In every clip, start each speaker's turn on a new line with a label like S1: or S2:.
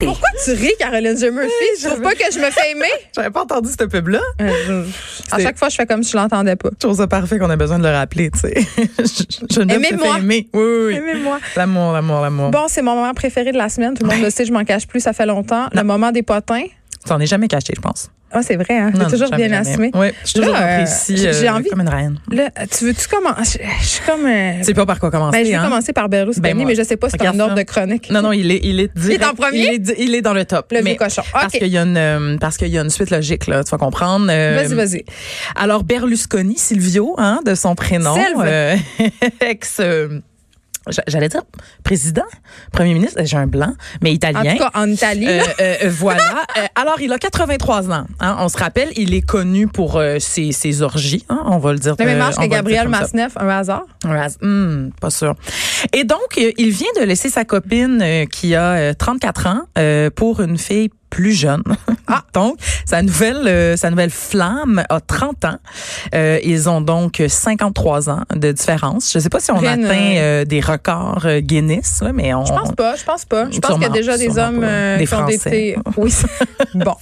S1: Pourquoi tu ris, Caroline J. Murphy?
S2: Oui,
S1: je trouve pas que je me fais aimer.
S2: J'avais pas entendu ce pub-là.
S1: Euh, je- à
S2: C'est-
S1: chaque fois, je fais comme si je l'entendais pas.
S2: Chose parfaite qu'on a besoin de le rappeler, tu sais. Je- je ne me fais
S1: Aimez-moi.
S2: pas aimer. Oui, oui, oui.
S1: Aimez-moi.
S2: L'amour, l'amour, l'amour.
S1: Bon, c'est mon moment préféré de la semaine. Tout le monde le sait, je m'en cache plus, ça fait longtemps. Le moment des potins.
S2: Tu t'en es jamais caché, je pense.
S1: Ah, c'est vrai, hein? J'ai
S2: Non,
S1: toujours
S2: jamais,
S1: bien
S2: jamais.
S1: assumé.
S2: Oui, je suis toujours
S1: Là, euh,
S2: rentrée ici
S1: j'ai- j'ai
S2: euh,
S1: envie-
S2: comme une reine.
S1: Là, tu veux-tu commencer? Je, je suis comme. euh,
S2: Tu sais pas par quoi commencer,
S1: ben, je vais
S2: hein?
S1: commencer par Berlou
S2: Ben,
S1: Spani,
S2: moi.
S1: mais je sais pas si c'est en
S2: Regarde
S1: ordre
S2: ça.
S1: de chronique.
S2: Non, non, il est, il est direct-
S1: en premier?
S2: Il est, di- il est dans le top.
S1: Le
S2: Mais
S1: vieux cochon.
S2: Parce
S1: OK.
S2: qu'il y a une, euh, parce qu'il y a une suite logique, là. Tu vas comprendre. euh,
S1: Vas-y, vas-y.
S2: Alors Berlusconi, Silvio, hein, de son prénom,
S1: Silve.
S2: euh, ex, euh, j'a- j'allais dire président, premier ministre, j'ai un blanc, mais
S1: En
S2: italien.
S1: tout cas, en Italie.
S2: Euh,
S1: là.
S2: euh, euh, voilà. Euh, alors, il a 83 ans. hein. on se rappelle, il est connu pour euh, ses, ses orgies. hein, on va le dire.
S1: le même
S2: euh,
S1: âge que
S2: on va le dire
S1: Gabriel
S2: comme ça.
S1: Masneff, un hasard.
S2: Raz- hmm, pas sûr. Et donc, euh, il vient de laisser sa copine euh, qui a euh, 34 ans euh, pour une fille plus jeune. Ah. donc, sa nouvelle, euh, sa nouvelle flamme a 30 ans. Euh, ils ont donc 53 ans de différence. Je sais pas si on
S1: Rien,
S2: atteint
S1: euh,
S2: euh, des records euh, Guinness, là, mais on...
S1: Je pense pas, je pense pas. Je pense qu'il y a
S2: Ah, Sûrement,
S1: déjà des
S2: sûrement
S1: hommes
S2: pas.
S1: euh,
S2: Des
S1: qui ont
S2: Français.
S1: été. Oui. bon.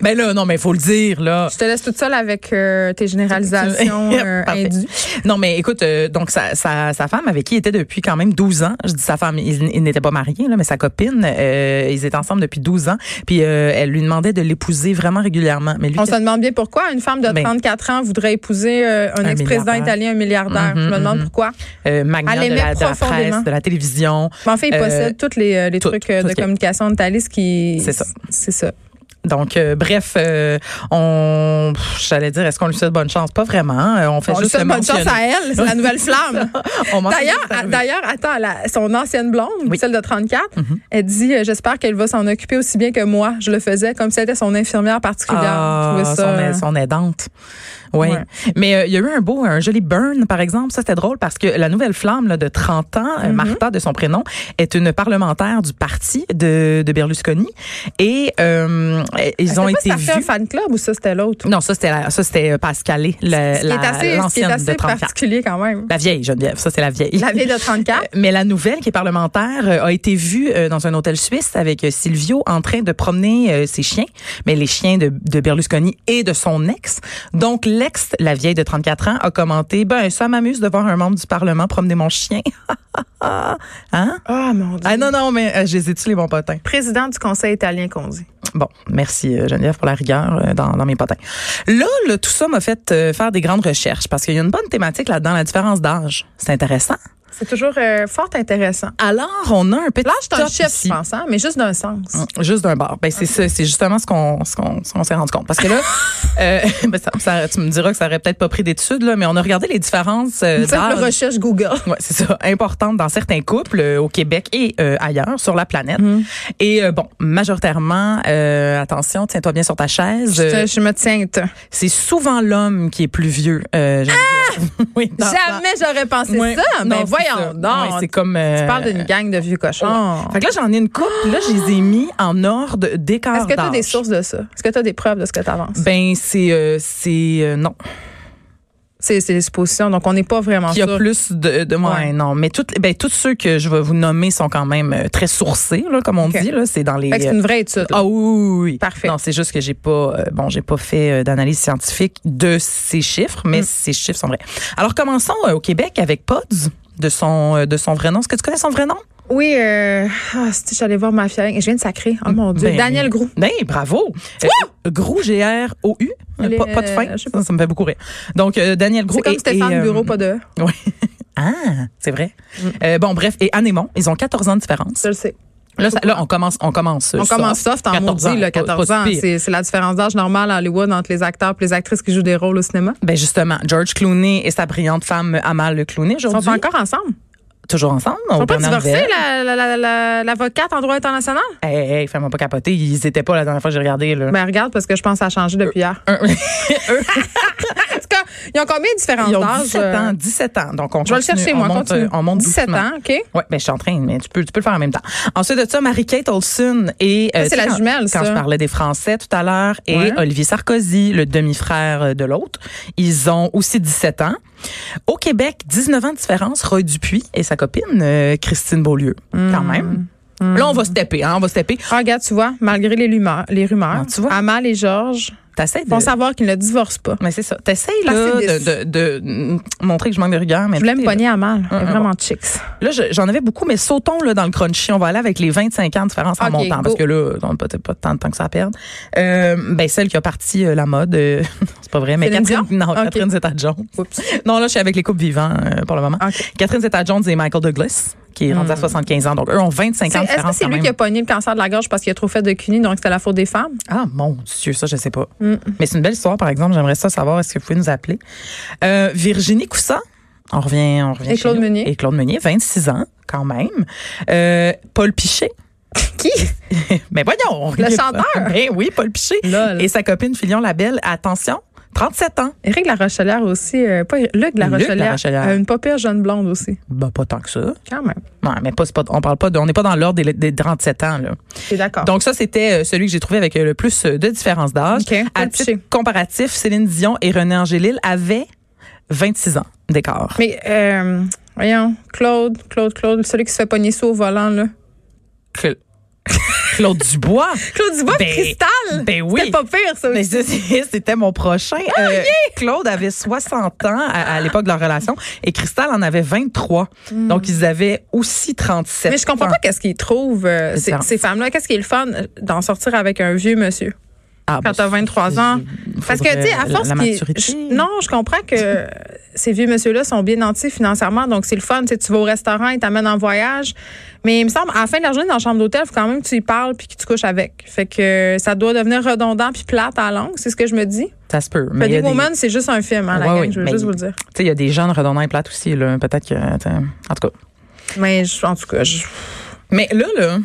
S2: Ben là, non, mais faut le dire, là.
S1: Je te laisse toute seule avec euh, tes généralisations euh,
S2: Parfait.
S1: indues.
S2: Non, mais écoute, euh, donc sa, sa, sa femme avec qui il était depuis quand même 12 ans, je dis sa femme, il, il n'était pas marié, là, mais sa copine, euh, ils étaient ensemble depuis 12 ans, puis euh, elle lui demandait de l'épouser vraiment régulièrement. Mais lui,
S1: On se demande bien pourquoi une femme de
S2: Ben.
S1: 34 ans voudrait épouser euh, un,
S2: Un
S1: ex-président
S2: milliardaire.
S1: italien, un milliardaire.
S2: Mhm,
S1: Je me demande
S2: mhm.
S1: pourquoi.
S2: euh, magnat
S1: elle
S2: de
S1: aimait
S2: la, de la
S1: profondément.
S2: presse, de la télévision.
S1: Mais en fait, il
S2: Euh,
S1: possède tous les, euh, les
S2: tout,
S1: trucs euh,
S2: tout
S1: de
S2: ce qu'il y a.
S1: communication de Thalys qui.
S2: C'est ça.
S1: C'est ça.
S2: Donc, euh, bref, euh, on, pff, j'allais dire, est-ce qu'on lui souhaite bonne chance? Pas vraiment. euh, on fait
S1: On lui
S2: juste
S1: souhaite
S2: le
S1: bonne chance à
S2: mentionner.
S1: elle. C'est la nouvelle flamme.
S2: On mentionne
S1: D'ailleurs,
S2: juste à
S1: à-
S2: lui.
S1: d'ailleurs, attends, la- son ancienne blonde,
S2: Oui. Mm-hmm.
S1: celle de 34, elle dit euh, J'espère qu'elle va s'en occuper aussi bien que moi. Je le faisais comme si elle était son infirmière particulière.
S2: Ah,
S1: Je trouvais ça,
S2: son,
S1: euh,
S2: aid- son aidante. Oui.
S1: Ouais.
S2: Mais euh, il y a eu un beau, un joli burn, par exemple. Ça, c'était drôle parce que la nouvelle flamme là, de 30 ans,
S1: Mm-hmm.
S2: euh, Martha, de son prénom, est une parlementaire du parti de, de Berlusconi. Et euh, ils
S1: je sais
S2: ont
S1: pas si
S2: été
S1: ça fait un
S2: vus.
S1: fan club ou ça, c'était l'autre.
S2: Non, ça, c'était la- ça, c'était Pascalé,
S1: Ce qui est assez, ce qui est
S2: l'ancienne de
S1: assez
S2: 34.
S1: particulier quand même.
S2: La vieille, Geneviève. Ça, c'est la vieille.
S1: La vieille de 34.
S2: Euh, Mais la nouvelle qui est parlementaire euh, a été vue euh, dans un hôtel suisse avec euh, Silvio en train de promener euh, ses chiens, mais les chiens de, de Berlusconi et de son ex. Donc l'ex, la vieille de 34 ans, a commenté "Ben ça m'amuse de voir un membre du Parlement promener mon chien." hein
S1: Ah, mon Dieu.
S2: Ah non non, mais euh, je les ai-tu, les bons potins.
S1: Président du Conseil italien qu'on dit.
S2: Bon, merci euh, Geneviève pour la rigueur euh, dans, dans mes potins. Là, là, tout ça m'a fait euh, faire des grandes recherches parce qu'il y a une bonne thématique là-dedans, la différence d'âge. C'est intéressant.
S1: C'est toujours euh, fort intéressant.
S2: Alors, on a un petit
S1: Là, je t'en
S2: top
S1: chef,
S2: ici.
S1: je pense, hein, mais juste d'un sens.
S2: Juste d'un bar. Ben, c'est ça, c'est justement ce qu'on ce qu'on ce qu'on s'est rendu compte. Parce que là, euh, ben, ça, ça- tu me diras que ça aurait peut-être pas pris d'études, là, mais on a regardé les différences euh,
S1: Une simple
S2: d'âge.
S1: recherche Google.
S2: Ouais, c'est ça, importante dans certains couples euh, au Québec et euh, ailleurs sur la planète.
S1: Mm.
S2: Et euh, bon, majoritairement, euh, attention, tiens-toi bien sur ta chaise. euh,
S1: Je, je me tiens. teint.
S2: c'est souvent l'homme qui est plus vieux. euh, Geneviève. Oui, dans-
S1: Ah! Jamais j'aurais pensé
S2: Ouais.
S1: ça. Mais
S2: Non, c'est
S1: voyons
S2: ça.
S1: donc.
S2: Ouais, c'est comme. euh, oh.
S1: Tu parles d'une gang de vieux cochons.
S2: Fait que là, j'en ai une couple. Là, je les ai mis en ordre d'écart
S1: Est-ce que tu as des
S2: d'âge.
S1: sources de ça? Est-ce que tu as des preuves de ce que tu avances?
S2: Ben c'est euh, c'est euh, non.
S1: C'est c'est des suppositions, donc on n'est pas vraiment
S2: Il y a
S1: sûr.
S2: plus de, de ouais,
S1: Ouais.
S2: non, mais toutes ben tous ceux que je vais vous nommer sont quand même euh, très sourcés là, comme on
S1: Ok.
S2: dit là, c'est dans les
S1: Fait que c'est une vraie étude. là.
S2: ah oui, oui, oui.
S1: Parfait.
S2: Non, c'est juste que j'ai pas, euh, bon, j'ai pas fait euh, d'analyse scientifique de ces chiffres, mais
S1: Mm.
S2: ces chiffres sont vrais. Alors commençons euh, au Québec avec Pods, de son, euh, de son vrai nom. Est-ce que tu connais son vrai nom
S1: Oui, euh, ah, c'est- j'allais voir ma fille. Je viens de sacrer. Oh mon Dieu.
S2: Ben,
S1: Daniel Groux.
S2: Ben, bravo. Euh, Grou, G-R-O-U.
S1: Elle est,
S2: Pas, pas de fin.
S1: euh, je sais
S2: Ça, ça me fait beaucoup rire. Donc euh, Daniel Grou.
S1: C'est comme Stéphane Bureau, pas de. E.
S2: Oui. Ah, c'est vrai.
S1: Mm.
S2: Euh, bon, bref, et Anémon, ils ont 14 ans de différence.
S1: Je le sais.
S2: Là, ça- là on commence, on commence.
S1: On
S2: soft.
S1: commence soft en
S2: 14 ans,
S1: maudit, là,
S2: pas-
S1: 14
S2: pas
S1: ans.
S2: si pire.
S1: C'est c'est la différence d'âge normale à Hollywood entre les acteurs et les actrices qui jouent des rôles au cinéma.
S2: Ben justement, George Clooney et sa brillante femme Amal Clooney
S1: Ils
S2: aujourd'hui.
S1: sont encore ensemble.
S2: toujours ensemble.
S1: Ils
S2: au
S1: sont pas
S2: Bernard
S1: divorcés,
S2: Veil.
S1: la- la- la- la- l'avocate en droit international?
S2: Hey, hey, fais-moi pas capoter. Ils étaient pas la dernière fois que j'ai regardé. Là.
S1: Ben, regarde, parce que je pense que ça a changé depuis hier.
S2: Un-
S1: En tout cas, ils ont combien de différences
S2: ils ont
S1: d'âge?
S2: 17 ans, 17 ans. Donc on
S1: Je vais le
S2: continue,
S1: chercher,
S2: on
S1: moi.
S2: monte,
S1: continue.
S2: euh, on monte
S1: 17
S2: doucement.
S1: ans, OK?
S2: Oui, ben, je suis en train, mais tu peux, tu peux le faire en même temps. Ensuite de ça, Marie-Kate Olson et... euh,
S1: Ça, c'est
S2: tu sais,
S1: la
S2: quand-
S1: jumelle,
S2: Quand
S1: ça.
S2: je parlais des Français tout à l'heure, et
S1: Ouais.
S2: Olivier Sarkozy, le demi-frère euh, de l'autre, ils ont aussi 17 ans. Au
S1: Hmm.
S2: Québec, 19 ans de différence, Roy Dupuis et sa copine, euh, Christine Beaulieu, quand même. Là, on va se taper, hein, on va se taper.
S1: Ah, regarde, tu vois, malgré les rumeurs, les rumeurs
S2: Ah, tu vois.
S1: Amal et Georges
S2: T'essayes de...
S1: vont savoir qu'ils ne divorcent pas.
S2: Mais c'est ça. T'essayes, là,
S1: Parce que
S2: de,
S1: c'est
S2: de, de, mm, montrer que je manque de rigueur. Mais
S1: Je voulais me
S2: t'es-
S1: pogner Amal. Elle est
S2: hum,
S1: vraiment chicks.
S2: Là, je- j'en avais beaucoup, mais sautons là, dans le crunchy. On va aller avec les 25 ans de différence en
S1: Ok,
S2: montant,
S1: go.
S2: parce que là, on n'a pas, t'as pas tant de temps que ça à perdre. Euh, ben, celle qui a parti euh, la mode, euh, c'est pas vrai, mais
S1: Céline
S2: Catherine,
S1: Dion?
S2: non,
S1: Ok.
S2: Catherine Zeta-Jones.
S1: Oups.
S2: Non, là, je suis avec les couples vivants euh, pour le moment.
S1: Ok. Hmm.
S2: Catherine Zeta-Jones et Michael Douglas, qui est rendu à 75 ans. Donc, eux ont 25
S1: C'est-
S2: ans
S1: Est-ce
S2: de
S1: que
S2: différence
S1: c'est
S2: quand
S1: lui
S2: même.
S1: qui a pogné le cancer de la gorge parce qu'il a trop fait de cunis, donc c'était la faute des femmes?
S2: Ah, mon Dieu, ça, je sais pas.
S1: Mm.
S2: Mais c'est une belle histoire, par exemple. J'aimerais ça savoir. Est-ce que vous pouvez nous appeler? Euh, Virginie Coussa. On revient, on revient
S1: Et
S2: chez
S1: Claude
S2: nous.
S1: Meunier.
S2: Et Claude Meunier, 26 ans, quand même. Euh, Paul Piché.
S1: Qui?
S2: Mais voyons. on
S1: Le
S2: rit pas.
S1: chanteur.
S2: Ben oui, Paul Piché.
S1: Lol.
S2: Et sa copine Filion Labelle. Attention, 37 ans.
S1: Éric La Rochelière aussi. euh, pas Luc La
S2: Luc
S1: Rochelière.
S2: Larochelière.
S1: Euh, une pas pire jeune blonde aussi.
S2: Ben, pas tant que ça.
S1: Quand même.
S2: Non, mais pas, c'est pas- on parle pas de, on n'est pas dans l'ordre des, des 37 ans, là.
S1: T'es d'accord.
S2: Donc ça, c'était euh, celui que j'ai trouvé avec euh, le plus euh, de différence d'âge.
S1: OK.
S2: À
S1: Paul
S2: titre
S1: Piché.
S2: comparatif, Céline Dion et René Angélil avaient 26 ans d'écart.
S1: Mais, euh, voyons, Claude, Claude, Claude, celui qui se fait pogner sous au volant, là.
S2: Cla- Claude Dubois.
S1: Claude Dubois,
S2: Ben,
S1: Cristal!
S2: ben oui.
S1: C'était pas Ah, pire, ça
S2: Mais
S1: aussi.
S2: ça, c'est- C'était mon prochain. Euh, Claude avait 60 ans à, à l'époque de leur relation et Cristal en avait 23. Donc, ils avaient aussi 37
S1: Hmm. Mais je comprends
S2: ans.
S1: pas qu'est-ce qu'ils trouvent, euh,
S2: C'est
S1: ces,
S2: ça.
S1: ces femmes-là. Qu'est-ce qui est le fun euh, d'en sortir avec un vieux monsieur
S2: Ah,
S1: quand
S2: bon,
S1: t'as 23 ans? Parce que,
S2: faudrait
S1: tu sais, à
S2: la-
S1: force
S2: la
S1: qu'ils-
S2: maturité.
S1: je- Non, je comprends que ces vieux monsieur-là sont bien nantis financièrement, donc c'est le fun. Tu sais, tu vas au restaurant, ils t'amènent en voyage. Mais il me semble, à la fin de la journée, dans la chambre d'hôtel, faut quand même que tu y parles puis que tu couches avec. Fait que euh, ça doit devenir redondant puis plate à la longue, c'est ce que je me dis.
S2: ça se peut. Mais il y
S1: Pretty
S2: a des-
S1: Woman, c'est juste un film, hein, la
S2: Ouais,
S1: gang,
S2: oui,
S1: je veux
S2: mais-
S1: juste vous le dire.
S2: tu sais, il y a des jeunes redondants et plates aussi. là. Peut-être que... t'sais, En tout cas.
S1: Mais je- en tout cas, je
S2: Mais là, là...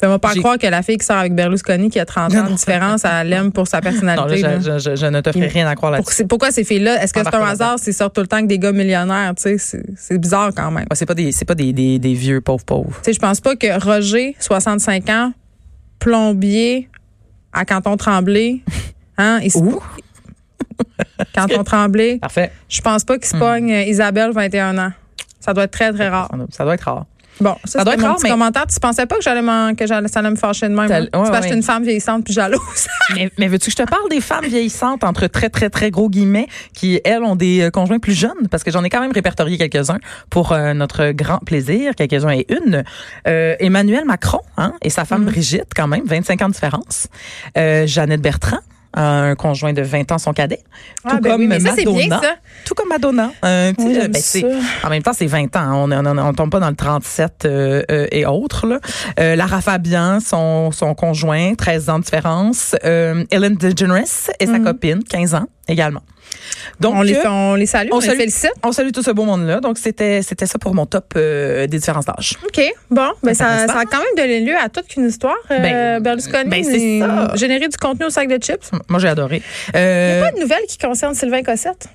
S1: fais-moi pas
S2: J'ai-
S1: croire que la fille qui sort avec Berlusconi, qui a 30 ans de différence, elle l'aime pour sa
S2: Non,
S1: personnalité. là.
S2: là, je, je- je- je ne te ferai rien à croire là-dessus.
S1: Pour- c'est- pourquoi ces filles-là, est-ce que c'est un
S2: Embarquons
S1: hasard s'ils sortent tout le temps avec des gars millionnaires? tu sais, C'est c'est bizarre quand même.
S2: Ouais, c'est pas des c'est pas des, des, des vieux pauvres pauvres.
S1: Tu sais, je pense pas que Roger, 65 ans, plombier à Canton Tremblay, hein, il se-
S2: Où?
S1: Canton Tremblay,
S2: Parfait.
S1: je pense pas qu'il
S2: Hmm.
S1: se pogne euh, Isabelle, 21 ans. Ça doit être très, très rare.
S2: Ça doit être rare.
S1: Bon, ça,
S2: doit
S1: c'était
S2: être
S1: mon
S2: rare,
S1: petit
S2: mais-
S1: commentaire. Tu pensais pas que j'allais m'en- que j'allais- ça allait me fâcher de même?
S2: Ça-
S1: hein?
S2: ouais,
S1: C'est parce que
S2: ouais.
S1: j'étais une femme vieillissante puis jalouse.
S2: Mais, mais veux-tu que je te parle des femmes vieillissantes entre très très très gros guillemets qui elles ont des euh, conjoints plus jeunes parce que j'en ai quand même répertorié quelques-uns pour euh, notre grand plaisir quelques-uns et une Euh, Emmanuel Macron hein, et sa femme Brigitte quand même 25 ans de différence Euh, Jeannette Bertrand un conjoint de 20 ans son cadet tout
S1: Ah, ben
S2: comme
S1: oui, mais ça, c'est
S2: Madonna
S1: bien, ça.
S2: tout comme Madonna un petit
S1: Oui, j'aime
S2: euh, ben, c'est-
S1: ça.
S2: en même temps c'est 20 ans hein. on, on, on, on tombe pas dans le 37 euh, euh, et autres là. Euh, Lara Fabian son son conjoint 13 ans de différence Euh, Ellen DeGeneres et sa copine 15 ans également donc
S1: Mhm. on, les,
S2: euh,
S1: fait- on les salue, on,
S2: on
S1: les
S2: salue-
S1: félicite.
S2: on salue tout ce beau monde là donc c'était c'était ça pour mon top euh, des différences d'âge
S1: OK. Bon, ben ça,
S2: Intéressant.
S1: ça a quand même donné lieu à toute qu'une histoire. euh,
S2: Ben,
S1: Berlusconi,
S2: ben, c'est ça.
S1: générer du contenu au sac de chips.
S2: moi j'ai adoré
S1: Il
S2: Euh,
S1: n'y a pas de nouvelles qui concernent Sylvain Cossette.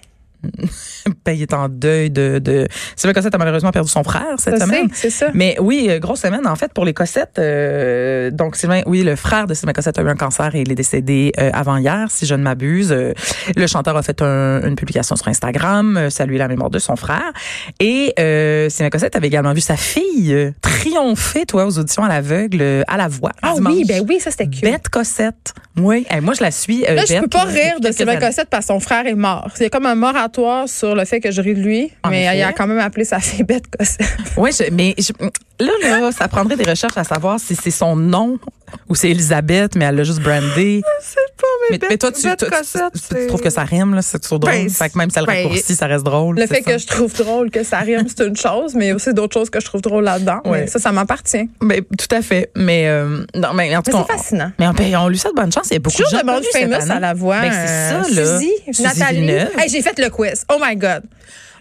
S2: ben, il est en deuil de de Sylvain Cossette a malheureusement perdu son frère cette
S1: Ça, c'est
S2: semaine
S1: c'est ça.
S2: Mais oui, euh, grosse semaine en fait pour les Cossettes. euh, donc Sylvain, oui, le frère de Sylvain Cossette a eu un cancer et il est décédé euh, avant hier, si je ne m'abuse. Euh, le chanteur a fait un- une publication sur Instagram, euh, saluer la mémoire de son frère. Et euh, Sylvain Cossette avait également vu sa fille euh, triompher, toi, aux auditions à l'aveugle, euh, à la voix.
S1: Ah
S2: dimanche.
S1: oui, ben oui, ça c'était cute.
S2: Bête Cossette. Oui, Eh, moi je la suis. euh,
S1: Là, je
S2: Bette,
S1: peux pas
S2: depuis
S1: rire de
S2: quelques
S1: Sylvain
S2: années.
S1: Cossette parce que son frère est mort. Il y a comme un moratoire sur le fait que je ris de lui,
S2: En
S1: mais
S2: effet.
S1: il a quand même appelé sa fille Bête Cossette.
S2: Oui, mais je- là, là, ça prendrait des recherches à savoir si c'est son nom ou c'est Elisabeth, mais elle l'a juste brandé. Je sais pas, mais, mais, toi, tu,
S1: Beth
S2: toi, tu-
S1: Cossette,
S2: tu- tu
S1: c'est-
S2: trouves que ça rime, là, c'est trop drôle.
S1: Ben,
S2: fait que même si ça le
S1: ben,
S2: raccourcit, ça reste drôle.
S1: Le
S2: c'est
S1: fait
S2: ça.
S1: que je trouve drôle que ça rime, c'est une chose, mais il y a aussi d'autres choses que je trouve drôles là-dedans.
S2: Ouais.
S1: Mais Ça, ça m'appartient.
S2: Ben, tout à fait. Mais, euh, non, mais en tout
S1: Mais
S2: cas.
S1: c'est
S2: on-
S1: fascinant.
S2: Mais on, ben, on lui souhaite bonne chance. Il y a beaucoup
S1: Toujours
S2: de gens
S1: de monde
S2: connus cette
S1: famous
S2: année.
S1: à la voix.
S2: Ben, c'est ça,
S1: euh,
S2: là.
S1: Suzy, Nathalie.
S2: Villeneuve.
S1: Hey, j'ai fait le quiz. Oh my God.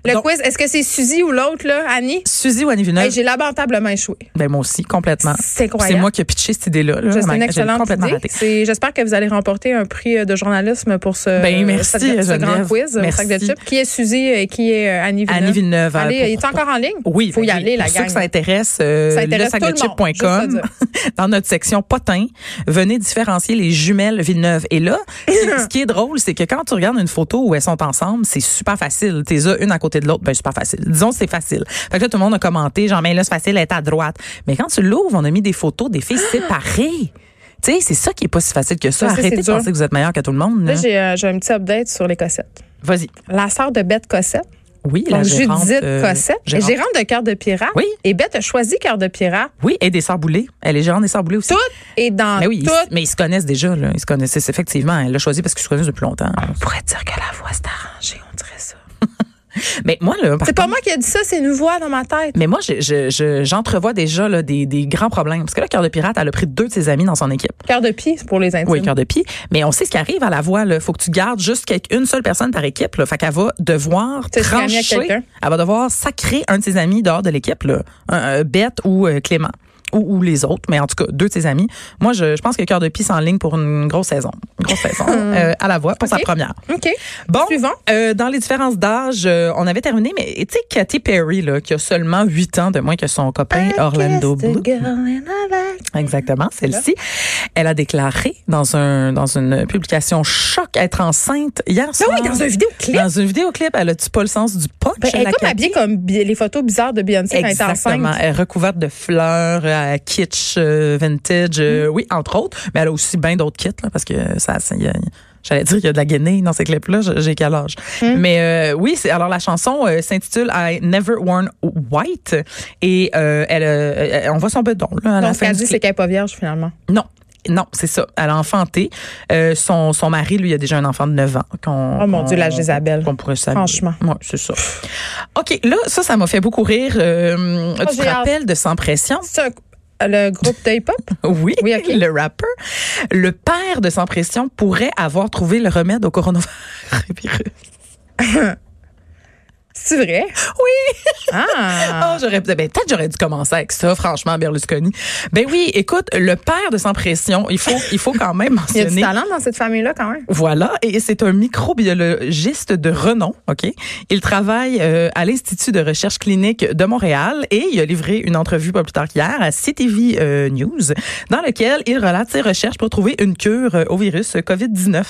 S1: Le
S2: Donc-
S1: quiz, est-ce que c'est Suzy ou l'autre, là, Annie?
S2: Suzy ou Annie Villeneuve.
S1: Hey, j'ai lamentablement échoué.
S2: ben, moi aussi, complètement.
S1: C'est incroyable.
S2: C'est moi qui ai pitché cette idée-là. là.
S1: Ça, C'est
S2: Ma-
S1: une
S2: Oh j'ai
S1: excellente
S2: complètement
S1: idée.
S2: raté.
S1: C'est- J'espère que vous allez remporter un prix euh, de journalisme pour ce, euh,
S2: Ben, merci,
S1: cette- ce
S2: Geneviève.
S1: grand quiz euh, au sac de
S2: Merci.
S1: chips. Qui est Suzy et qui est euh, Annie Villeneuve?
S2: Annie Villeneuve. euh,
S1: Allez,
S2: pour-
S1: il est encore en ligne?
S2: Oui,
S1: faut y
S2: ben oui.
S1: aller, la
S2: Pour ceux
S1: gang.
S2: que ça intéresse, euh,
S1: Ça intéresse
S2: le
S1: tout le monde,
S2: sacdechips.com,
S1: juste
S2: dans notre section potin, venez différencier les jumelles Villeneuve. Et là, ce qui est drôle, c'est que quand tu regardes une photo où elles sont ensemble, c'est super facile. T'es là une à côté côté de l'autre, ben super facile. Disons que c'est facile. Fait que là, tout le monde a commenté, genre, mais là, c'est facile, elle est à droite. Mais quand tu l'ouvres, on a mis des photos des filles séparées. Tu sais, c'est ça qui est pas si facile que ça.
S1: Ah! Ça, c'est-
S2: Arrêtez
S1: c'est
S2: de
S1: dur.
S2: penser que vous êtes meilleur que tout le monde.
S1: Là,
S2: là.
S1: j'ai euh, j'ai un petit update sur les Cossettes.
S2: Vas-y.
S1: La sœur de Bette Cossette,
S2: Oui, la
S1: donc
S2: gérante,
S1: Judith
S2: euh,
S1: Cossette,
S2: gérante.
S1: gérante de Cœur de Pirate.
S2: Oui.
S1: Et Bette a choisi Cœur de Pirate.
S2: Oui, et des Sarboulés. Elle est gérante des Sarboulés aussi.
S1: Tout est dans
S2: Mais Ben oui, ils-
S1: tout.
S2: mais ils se connaissent déjà, là. Ils se connaissent, effectivement. Elle l'a choisi parce qu'ils se connaissent depuis longtemps. On pourrait dire que la voix s'est arrangée, on dirait ça. mais moi, là, par
S1: C'est pas moi qui ai dit ça, c'est une voix dans ma tête.
S2: Mais moi, je- je- je- j'entrevois déjà là, des, des grands problèmes. Parce que là, Cœur de Pirate, elle a pris deux de ses amis dans son équipe.
S1: Cœur de Pie, c'est pour les intimes.
S2: Oui, Cœur de Pie. Mais on sait ce qui arrive à la voix. Il faut que tu gardes juste quelque- une seule personne par équipe. Là. Fait qu'elle va devoir
S1: Tu sais, si elle aimait
S2: trancher.
S1: quelqu'un.
S2: Elle va devoir sacrer un de ses amis dehors de l'équipe. là. Un- un Bette ou euh, Clément. Ou, ou les autres, mais en tout cas, deux de ses amis. Moi, je, je pense que Cœur de Pie s'enligne pour une grosse saison. Une grosse saison euh, à la voix pour
S1: Ok.
S2: sa première.
S1: OK.
S2: Bon,
S1: Suivant.
S2: euh, dans les différences d'âge, euh, on avait terminé, mais tu sais, Katy Perry, là, qui a seulement 8 ans de moins que son copain
S1: Ah,
S2: Orlando Bloom. Exactement, celle-ci. Elle a déclaré dans un dans une publication choc être enceinte hier soir.
S1: Ah oui, dans un vidéoclip.
S2: Ben Dans une vidéoclip, elle a-tu pas le sens du punch?
S1: Ben, elle est
S2: la
S1: comme
S2: Katy?
S1: habillée comme bi- les photos bizarres de Beyoncé quand elle était
S2: Exactement.
S1: enceinte.
S2: Elle est recouverte de fleurs, euh, kitsch, euh, vintage, euh,
S1: Mm.
S2: oui, entre autres. Mais elle a aussi bien d'autres kits, là, parce que ça, ça- il y a- j'allais dire, il y a de la guenille dans ces clips-là. J'ai- J'ai quel âge?
S1: Mm.
S2: Mais euh, oui, c'est alors la chanson euh, s'intitule I Never Worn White. Et euh, elle, euh, euh, on voit son bedon, là, à la
S1: Donc, ce
S2: fin
S1: qu'elle
S2: du
S1: dit,
S2: clip.
S1: c'est qu'elle n'est pas vierge, finalement.
S2: Non. Non, c'est ça. Elle a enfanté. Euh, son, son mari, lui, a déjà un enfant de 9 ans. qu'on-
S1: Oh, mon Dieu, la
S2: qu'on-
S1: Jézabel.
S2: Qu'on pourrait s'amuser.
S1: Franchement.
S2: Oui, c'est ça. OK, là, ça, ça m'a fait beaucoup rire. Euh, tu
S1: Ah, j'ai
S2: te
S1: hâte.
S2: rappelles de Sans Pression?
S1: C'est un- le groupe de hip-hop?
S2: Oui,
S1: Oui, OK.
S2: le rappeur. Le père de Sans Pression pourrait avoir trouvé le remède au coronavirus.
S1: C'est vrai?
S2: Oui!
S1: Ah!
S2: Ah, j'aurais ben, peut-être j'aurais dû commencer avec ça, franchement, Berlusconi. Ben oui, écoute, le père de Sans Pression, il faut, il faut quand même
S1: Il y a du
S2: mentionner.
S1: talent dans cette famille-là, quand même.
S2: Voilà, et c'est un microbiologiste de renom, OK? Il travaille euh, à l'Institut de recherche clinique de Montréal et il a livré une entrevue pas plus tard qu'hier à CTV euh, News dans lequel il relate ses recherches pour trouver une cure euh, au virus COVID-19.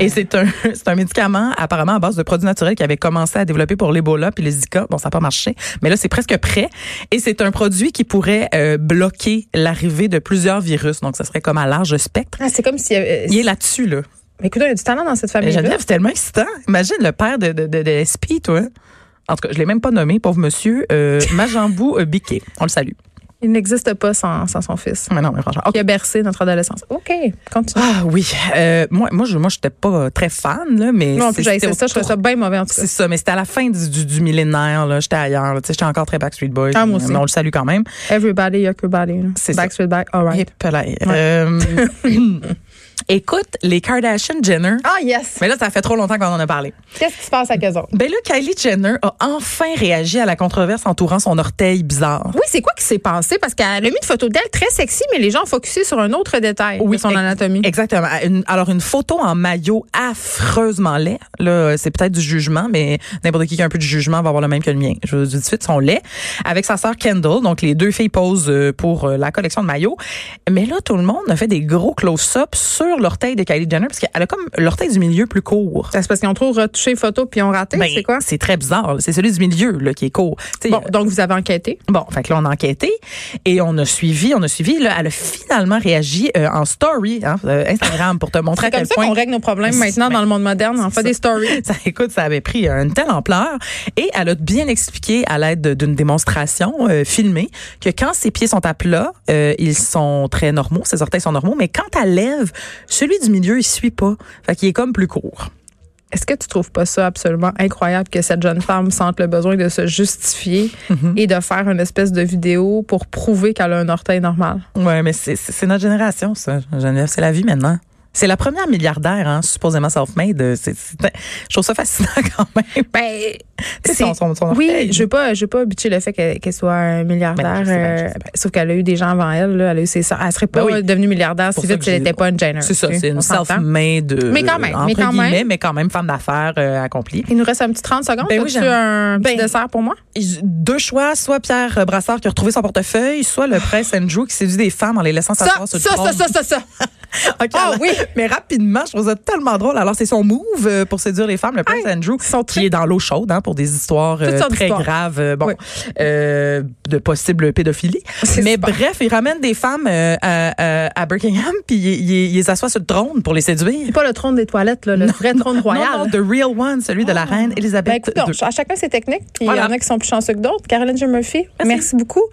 S2: Et c'est un, c'est un médicament apparemment à base de produits naturels qu'il avait commencé à développer pour l'Ebola puis le Zika. Bon, ça n'a pas marché, mais là, c'est presque prêt. Et c'est un produit qui pourrait euh, bloquer l'arrivée de plusieurs virus. Donc, ça serait comme à large spectre.
S1: Ah, c'est comme s'il y avait.
S2: Il est là-dessus, là.
S1: Mais écoute, il y a du talent dans cette
S2: Mais
S1: famille-là.
S2: Geneviève, c'est tellement excitant. Imagine le père de, de, de, de SP, toi. En tout cas, je l'ai même pas nommé, pauvre monsieur. Euh, Majambou euh, Biquet. On le salue.
S1: Il n'existe pas sans, sans son fils.
S2: Mais non, mais franchement. OK.
S1: Qui a bercé notre adolescence. OK, continue.
S2: Ah oui. Euh, moi, moi, je moi, j'étais pas très fan, là, mais.
S1: Non,
S2: c'est-
S1: plus j'ai essayé
S2: c'était
S1: ça, je trouvais ça bien mauvais, en tout cas.
S2: C'est ça, mais c'était à la fin du, du, du millénaire, là. J'étais ailleurs, là. Tu sais, J'étais encore très Backstreet Boys.
S1: Ah, moi aussi.
S2: Mais on le salue quand même.
S1: Everybody, Yuckerbody.
S2: C'est ça.
S1: Backstreet Back, all right.
S2: Hip, là, euh, écoute, les Kardashian Jenner.
S1: Ah, yes!
S2: Mais là, ça fait trop longtemps qu'on en a parlé.
S1: Qu'est-ce qui se passe à Kazan?
S2: Ben là, Kylie Jenner a enfin réagi à la controverse entourant son orteil bizarre.
S1: Oui, c'est quoi qui s'est passé? Parce qu'elle a mis une photo d'elle très sexy, mais les gens ont focusé sur un autre détail de son
S2: ex-
S1: anatomie.
S2: Exactement. Une- alors, une photo en maillot affreusement laid. Là, c'est peut-être du jugement, mais n'importe qui qui a un peu de jugement va avoir le même que le mien. Je vous dis tout de suite, ils sont laids. Avec sa sœur Kendall, donc les deux filles posent euh, pour euh, la collection de maillots. Mais là, tout le monde a fait des gros close-ups sur l'orteil de Kylie Jenner parce qu'elle a comme l'orteil du milieu plus court.
S1: Ça, C'est parce qu'ils ont trop retouché les photos puis ils ont raté,
S2: Ben,
S1: c'est quoi?
S2: C'est euh, très bizarre. là. C'est celui du milieu là, qui est court. Tu sais,
S1: Bon, donc vous avez enquêté.
S2: Bon, fait que là, on a enquêté et on a suivi, on a suivi. Là, elle a finalement réagi euh, en story, hein, euh, Instagram, pour te montrer à
S1: C'est comme
S2: quel
S1: ça
S2: point.
S1: qu'on règle nos problèmes
S2: C'est-
S1: maintenant dans le monde moderne. On fait des stories.
S2: Ça, écoute, ça avait pris une telle ampleur et elle a bien expliqué à l'aide de- d'une démonstration euh, filmée que quand ses pieds sont à plat, euh, ils sont très normaux, ses orteils sont normaux, mais quand elle lève, celui du milieu, il suit pas. Fait qu'il est comme plus court.
S1: Est-ce que tu trouves pas ça absolument incroyable que cette jeune femme sente le besoin de se justifier
S2: Mhm.
S1: et de faire une espèce de vidéo pour prouver qu'elle a un orteil normal?
S2: Ouais, mais c'est- c'est c'est notre génération, ça. Geneviève, c'est la vie maintenant. C'est la première milliardaire, hein, supposément self-made. Euh, c'est- c'est- Je trouve ça fascinant quand même.
S1: Ben,
S2: C'est son, son, son
S1: Oui,
S2: orteil.
S1: je veux pas, je veux pas habituer le fait qu'elle qu'elle soit un
S2: Ben non,
S1: milliardaire.
S2: je sais bien, je sais
S1: euh,
S2: bien.
S1: sauf qu'elle a eu des gens avant elle. Là, elle a eu ses sœurs. Elle serait pas
S2: Ben oui.
S1: devenue milliardaire
S2: Pour
S1: si
S2: ça
S1: vite
S2: que
S1: si elle
S2: j'ai-
S1: n'était pas une Jenner.
S2: C'est ça,
S1: tu sais,
S2: c'est
S1: on
S2: une
S1: s'entend.
S2: self-made. euh,
S1: Mais quand même,
S2: entre
S1: mais quand même.
S2: guillemets, mais quand même femme d'affaires euh, accomplie.
S1: Il nous reste un petit 30 secondes.
S2: Ben oui,
S1: As-tu
S2: j'aime-
S1: un petit
S2: Ben-
S1: dessert pour moi?
S2: Deux choix, soit Pierre Brassard qui a retrouvé son portefeuille, soit le prince Andrew qui séduit des femmes en les laissant
S1: Ça,
S2: s'asseoir sur
S1: ça,
S2: le
S1: ça,
S2: trône.
S1: ça, ça, ça.
S2: OK,
S1: Ah
S2: alors-
S1: oui!
S2: Mais rapidement, je trouve ça tellement drôle. Alors, c'est son move euh, pour séduire les femmes, le prince Andrew,
S1: ils sont
S2: qui est dans l'eau chaude hein, pour des histoires euh,
S1: Toutes sortes
S2: très
S1: d'histoires.
S2: graves, euh, bon,
S1: Oui.
S2: euh, de possible pédophilie.
S1: C'est
S2: Mais
S1: super.
S2: bref, il ramène des femmes euh, à, à- à Buckingham, puis il, il- il les assoit sur le trône pour les séduire.
S1: C'est pas le trône des toilettes, là, le vrai trône royal.
S2: Non, non, the real one, celui de la reine
S1: Ben,
S2: Elisabeth
S1: écoute, non,
S2: II.
S1: à chacun ses techniques, puis il y
S2: Voilà.
S1: en a qui sont plus chanceux que d'autres. Caroline J. Murphy, merci. beaucoup.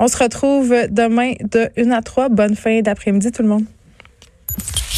S1: On se retrouve demain de 1 à 3. Bonne fin d'après-midi, tout le monde.